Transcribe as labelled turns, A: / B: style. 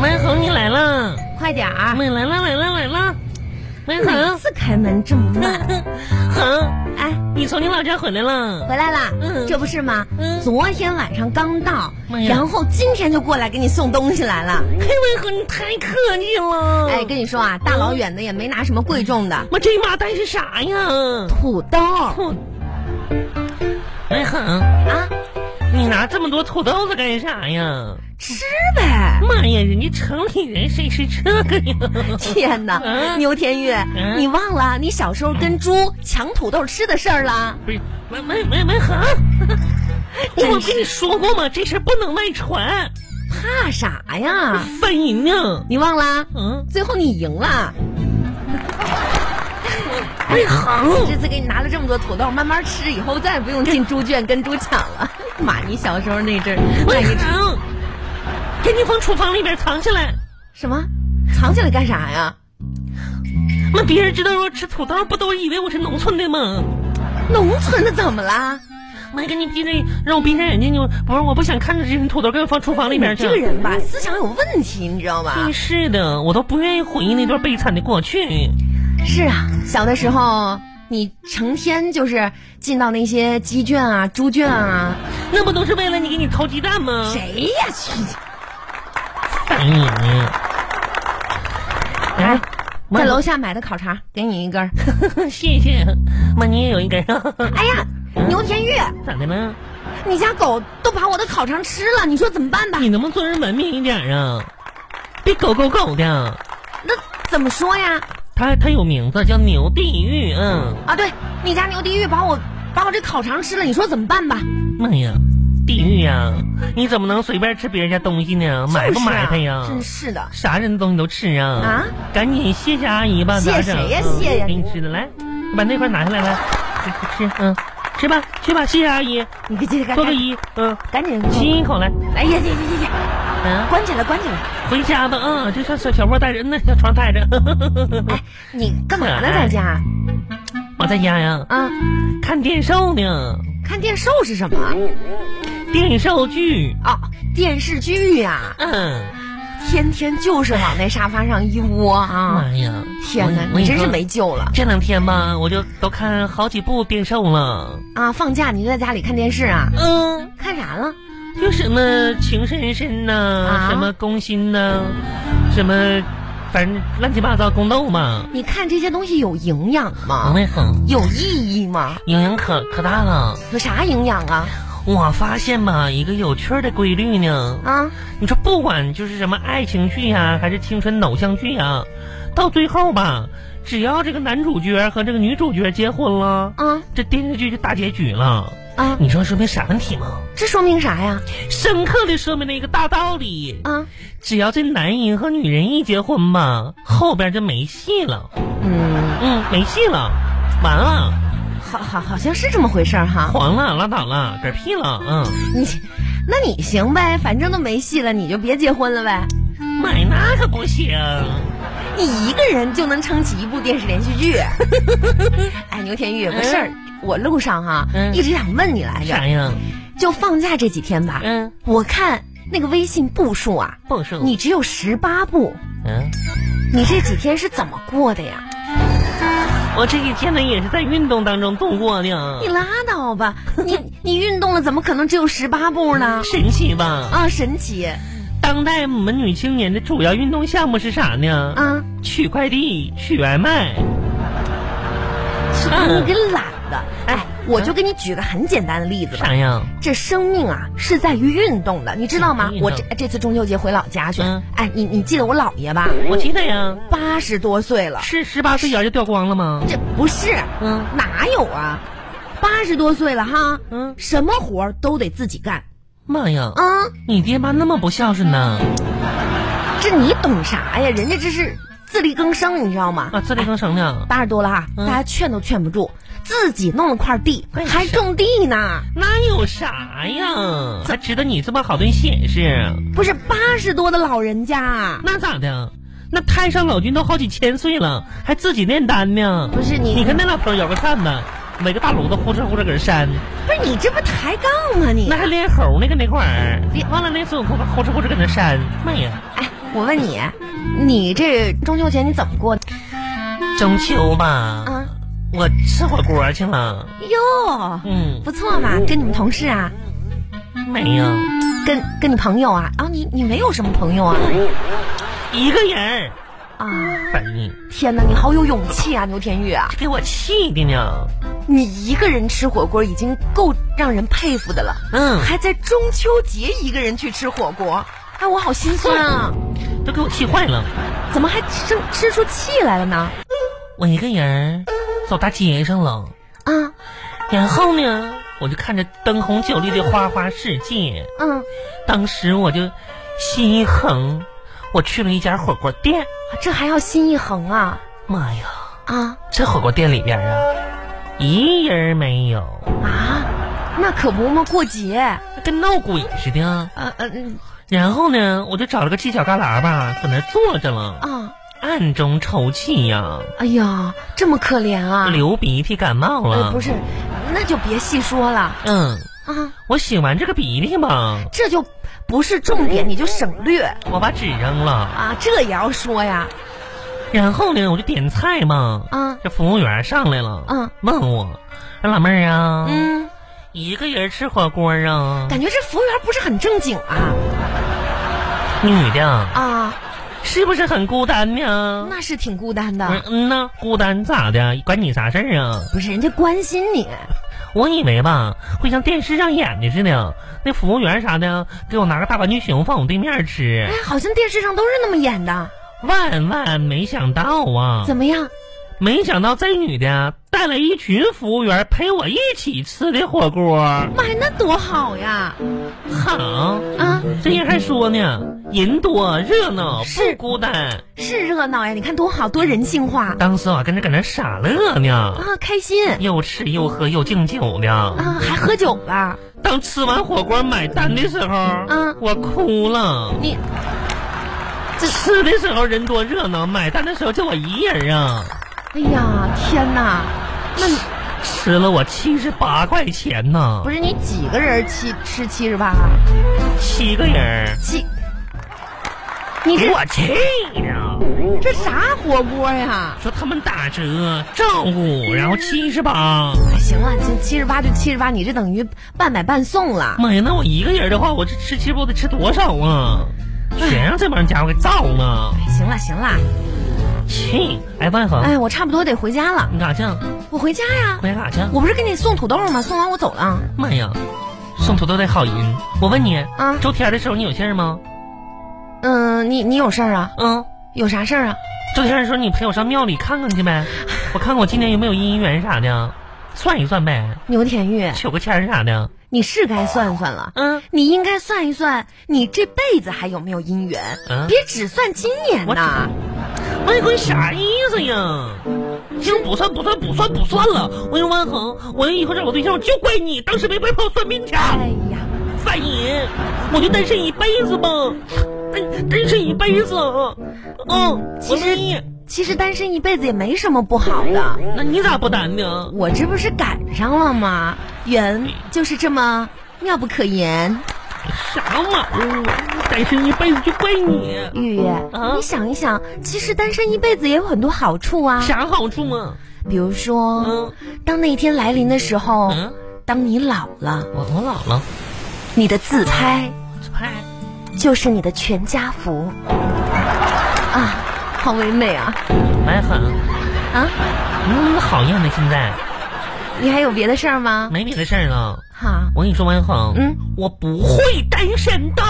A: 万哎恒，你来了，
B: 快点儿！
A: 你来了，来了，来了，万
B: 每
A: 恒，
B: 次开门这么慢，
A: 恒，
B: 哎，
A: 你从你老家回来了？
B: 回来啦，
A: 嗯
B: 这不是吗？
A: 嗯
B: 昨天晚上刚到，
A: 妈呀
B: 然后今天就过来给你送东西来了。
A: 嘿，万恒，你太客气了。
B: 哎，跟你说啊，大老远的也没拿什么贵重的，
A: 我这一妈带是啥呀？
B: 土豆啊，
A: 土，万恒，你拿这么多土豆子干啥呀？
B: 吃呗。
A: 妈呀，人家城里人谁吃这个呀？
B: 天哪，
A: 嗯
B: 牛天玉，
A: 嗯
B: 你忘了你小时候跟猪抢土豆吃的事儿了？
A: 不是，万万万万恒，
B: 真
A: 我不
B: 是
A: 跟你说过吗？这事儿不能外传，
B: 怕啥呀？
A: 烦人呢。
B: 你忘了？
A: 嗯，
B: 最后你赢了，哎
A: 万恒。
B: 这次给你拿了这么多土豆，慢慢吃，以后再也不用进猪圈跟猪抢了。 妈，你小时候那阵儿，哎那
A: 万
B: 一阵
A: 恒，给你放厨房里边藏起来，
B: 什么藏起来干啥呀？
A: 那别人知道我吃土豆，不都以为我是农村的吗？
B: 农村的怎么啦？
A: 妈，给你闭着，让我闭上眼睛，你不是我不想看着这群土豆，给我放厨房里边
B: 你
A: 去。
B: 哎这个人吧，思想有问题，你知道吗
A: 真？是的，我都不愿意回忆那段悲惨的过去。
B: 是啊，小的时候你成天就是进到那些鸡圈啊、猪圈啊，
A: 那不都是为了你给你投鸡蛋吗？
B: 谁呀去？
A: 烦你！哎，妈
B: 在楼下买的烤肠，给你一根 儿。
A: 谢谢，妈，你也有一根啊？
B: 哎呀，牛田玉，
A: 咋的了？
B: 你家狗都把我的烤肠吃了，你说怎么办吧？
A: 你能不能做人文明一点啊？别狗狗狗的，啊
B: 那怎么说呀？
A: 它它有名字叫牛地狱，嗯。
B: 啊，对你家牛地狱把我把我这烤肠吃了，你说怎么办吧？
A: 妈呀，地狱呀！你怎么能随便吃别人家东西呢？买不
B: 就是啊
A: 买它呀？
B: 真是的，
A: 啥人的东西都吃啊！
B: 啊，
A: 赶紧谢谢阿姨吧，
B: 谢
A: 拿着
B: 谁呀
A: 嗯
B: 谢呀
A: 给你吃的，来，把那块拿下来，来，吃，嗯，吃吧，去吧，谢谢阿姨，
B: 你给这个
A: 做
B: 赶
A: 个
B: 紧
A: 揖，嗯，
B: 赶紧
A: 亲一口来，
B: 哎呀呀呀呀呀！
A: 嗯，
B: 关起来，关起来！
A: 回家吧，嗯，就像小小窝带着，嗯，那小床带着，嗯
B: 哎，你干嘛呢，在家
A: 我在家呀，
B: 啊？
A: 看电视呢，
B: 看电视是什么？
A: 嗯电视剧，
B: 哦，电视剧呀、
A: 嗯，
B: 天天就是往那沙发上一窝啊！
A: 妈呀，
B: 天哪，
A: 嗯我
B: 你真是。
A: 我跟说
B: 没救了
A: 这两天吧，我就都看好几部电视了。
B: 啊！放假你就在家里看电视啊？
A: 嗯，
B: 看啥了？
A: 就什么情深深呐、
B: 啊
A: 什么攻心呐、什么反正乱七八糟宫斗嘛。
B: 你看这些东西有营养
A: 王
B: 吗？
A: 卫恒
B: 有意义吗？
A: 影响可可大了。
B: 有啥营养啊？
A: 我发现吧，一个有趣儿的规律呢。
B: 啊，
A: 你说不管就是什么爱情剧呀、还是青春偶像剧呀、到最后吧，只要这个男主角和这个女主角结婚了，
B: 啊
A: 这电视剧就大结局了。
B: 啊！
A: 你说说明啥问题吗？
B: 这说明啥呀？
A: 深刻的说明了一个大道理：
B: 啊，
A: 只要这男人和女人一结婚吧，后边就没戏了，
B: 嗯，
A: 嗯，没戏了，完了，
B: 好好好像是这么回事儿哈。
A: 黄了，拉倒了，嗝屁了，嗯，
B: 你，那你行呗，反正都没戏了，你就别结婚了呗。
A: 买那可不行，哎
B: 你一个人就能撑起一部电视连续 剧。哎，牛天玉，有个事儿，我路上哈、
A: 嗯
B: 一直想问你来着，
A: 啥呀？
B: 就放假这几天吧，
A: 嗯，
B: 我看那个微信步数啊，
A: 不说，
B: 你只有十八步，
A: 嗯，
B: 你这几天是怎么过的呀？
A: 我这几天呢也是在运动当中度过的
B: 你，拉倒吧，你 你运动了怎么可能只有十八步呢？
A: 神奇吧？
B: 啊，神奇
A: 当代我们女青年的主要运动项目是啥呢？
B: 啊！
A: 取快递，取外卖，
B: 你给懒的，哎
A: 哎，
B: 我就给你举个很简单的例子吧。
A: 啥呀？
B: 这生命啊是在于运动的，你知道吗
A: 运？动
B: 我这这次中秋节回老家去，
A: 嗯
B: 哎，你你记得我姥爷吧？
A: 我记得呀，
B: 八十多岁了，
A: 是十八岁眼就掉光了吗？
B: 这不是
A: 嗯
B: 哪有啊？八十多岁了哈，
A: 嗯，
B: 什么活儿都得自己干
A: 妈呀，
B: 啊、
A: 你爹妈那么不孝顺呢？
B: 这你懂啥呀？人家这是自力更生，你知道吗？
A: 啊，自力更生呢？
B: 八十多了哈，
A: 嗯
B: 大家劝都劝不住，自己弄了块地，
A: 哎呀
B: 还种地呢。
A: 那有啥呀？还值得你这么好顿显示？
B: 不是八十多的老人家，
A: 那咋的？那太上老君都好几千岁了，还自己炼丹呢？
B: 不是你，
A: 你看那老头摇个扇子，围个大炉子呼哧呼哧搁这扇，
B: 不是你这不抬杠吗你？
A: 那还练猴呢，搁那块儿
B: 别，
A: 完了练孙悟空呼哧呼哧搁那扇，妈呀！
B: 哎，我问你，你这中秋节你怎么过？
A: 中秋吧，
B: 啊，
A: 我吃火锅去了。
B: 哟，
A: 嗯，
B: 不错嘛，跟你们同事啊，
A: 没有，
B: 跟跟你朋友啊，啊，你你没有什么朋友啊？
A: 一个人儿。
B: 啊，
A: 笨，
B: 天哪，你好有勇气啊，牛天玉啊！
A: 给我气的呢。
B: 你一个人吃火锅已经够让人佩服的了，
A: 嗯，
B: 还在中秋节一个人去吃火锅，哎，我好心酸啊！
A: 都给我气坏了。
B: 怎么还吃吃出气来了呢？
A: 我一个人儿走大街上了，
B: 啊，
A: 然后呢，我就看着灯红酒绿的花花世界。
B: 嗯，
A: 当时我就心一横，我去了一家火锅店。
B: 这还要心一横啊
A: 妈呀，
B: 啊
A: 这火锅店里边啊，一人没有，
B: 啊！那可不嘛，过节，
A: 跟闹鬼似的。
B: 呃呃嗯
A: 然后呢，我就找了个犄角旮旯吧，搁那坐着了，
B: 啊，
A: 暗中抽泣呀、
B: 哎呀，这么可怜啊！
A: 流鼻涕，感冒了。
B: 呃，不是，那就别细说了
A: 嗯，
B: 啊，
A: 我擤完这个鼻涕吧，
B: 这就不是重点，你就省略
A: 我把纸扔了。
B: 啊，这也要说呀
A: 然后呢，我就点菜嘛。
B: 啊，
A: 这服务员上来了，
B: 嗯，
A: 问我，说老妹儿啊，
B: 嗯，
A: 一个人吃火锅啊？
B: 感觉这服务员不是很正经啊
A: 女的
B: 啊，
A: 是不是很孤单呢？
B: 那是挺孤单
A: 我说
B: 的，
A: 嗯呐，孤单咋的？管你啥事儿啊？
B: 不是人家关心你
A: 我以为吧，会像电视上演的似的，那服务员啥的给我拿个大玩具熊放我对面吃
B: 哎，，好像电视上都是那么演的，
A: 万万没想到啊！
B: 怎么样？
A: 没想到这女的带了一群服务员陪我一起吃的火锅，
B: 妈呀，那多好呀！
A: 好，
B: 啊，
A: 这人还说呢，人多热闹
B: 是
A: 不孤单。
B: 是热闹呀，你看多好，多人性化
A: 当时我还啊跟着搁那傻乐呢，
B: 啊，开心
A: 又吃又喝又敬酒呢。
B: 啊，还喝酒了，
A: 当吃完火锅买单的时候，
B: 嗯
A: 我哭了。
B: 你
A: 吃的时候人多热闹，买单的时候就我一人啊，
B: 哎呀，天哪！那你
A: 吃了我七十八块钱呢
B: 不，是你几个人七吃七十八？
A: 七个人，
B: 七，你
A: 给
B: 这
A: 我气呀！
B: 这啥火锅呀？
A: 说他们打折照顾，然后七十八。
B: 哎行了，这七十八就七十八，你这等于半买半送了。
A: 妈呀，那我一个人的话，我这吃鸡不得吃多少啊？
B: 哎
A: 全让这帮家伙给造了，
B: 行了行了，
A: 气！哎，万恒，
B: 哎，我差不多得回家了，
A: 你干啥去？
B: 我回家呀。
A: 回家干啥去？
B: 我不是给你送土豆吗？送完我走了。
A: 妈呀，送土豆得好人。我问你，
B: 啊
A: 周天的时候你有信儿吗？
B: 嗯，你你有事儿啊？
A: 嗯，
B: 有啥事儿啊？
A: 周天的时候你陪我上庙里看看去呗，我看看我今年有没有姻缘啥的，算一算呗，
B: 牛田玉，
A: 求个签儿啥的。
B: 你是该算算了。
A: 嗯，
B: 你应该算一算，你这辈子还有没有姻缘？
A: 嗯
B: 别只算今年呐！
A: 万恒啥意思呀？行，不算不算不算不算了。我用万恒，我以后找个对象我就怪你，当时没白跑算命去，啊
B: 哎呀，
A: 烦人！我就单身一辈子吧，单单身一辈子。哦嗯，
B: 其
A: 我
B: 实
A: 愿意。
B: 其实单身一辈子也没什么不好的。
A: 那你咋不单呢？
B: 我这不是赶上了吗？缘就是这么妙不可言。
A: 啥玩意儿？啊单身一辈子就怪你，
B: 玉玉，
A: 嗯
B: 你想一想，其实单身一辈子也有很多好处啊，
A: 啥好处啊？
B: 比如说，
A: 嗯
B: 当那一天来临的时候，
A: 嗯，
B: 当你老了，
A: 我我老了，
B: 你的自拍
A: 这拍
B: 就是你的全家福啊，好唯美啊
A: 蛮狠，
B: 啊！
A: 嗯，好样的！现在
B: 你还有别的事儿吗？
A: 没别的事儿了。
B: 好，
A: 我跟你说，蛮横，
B: 嗯，
A: 我不会单身的。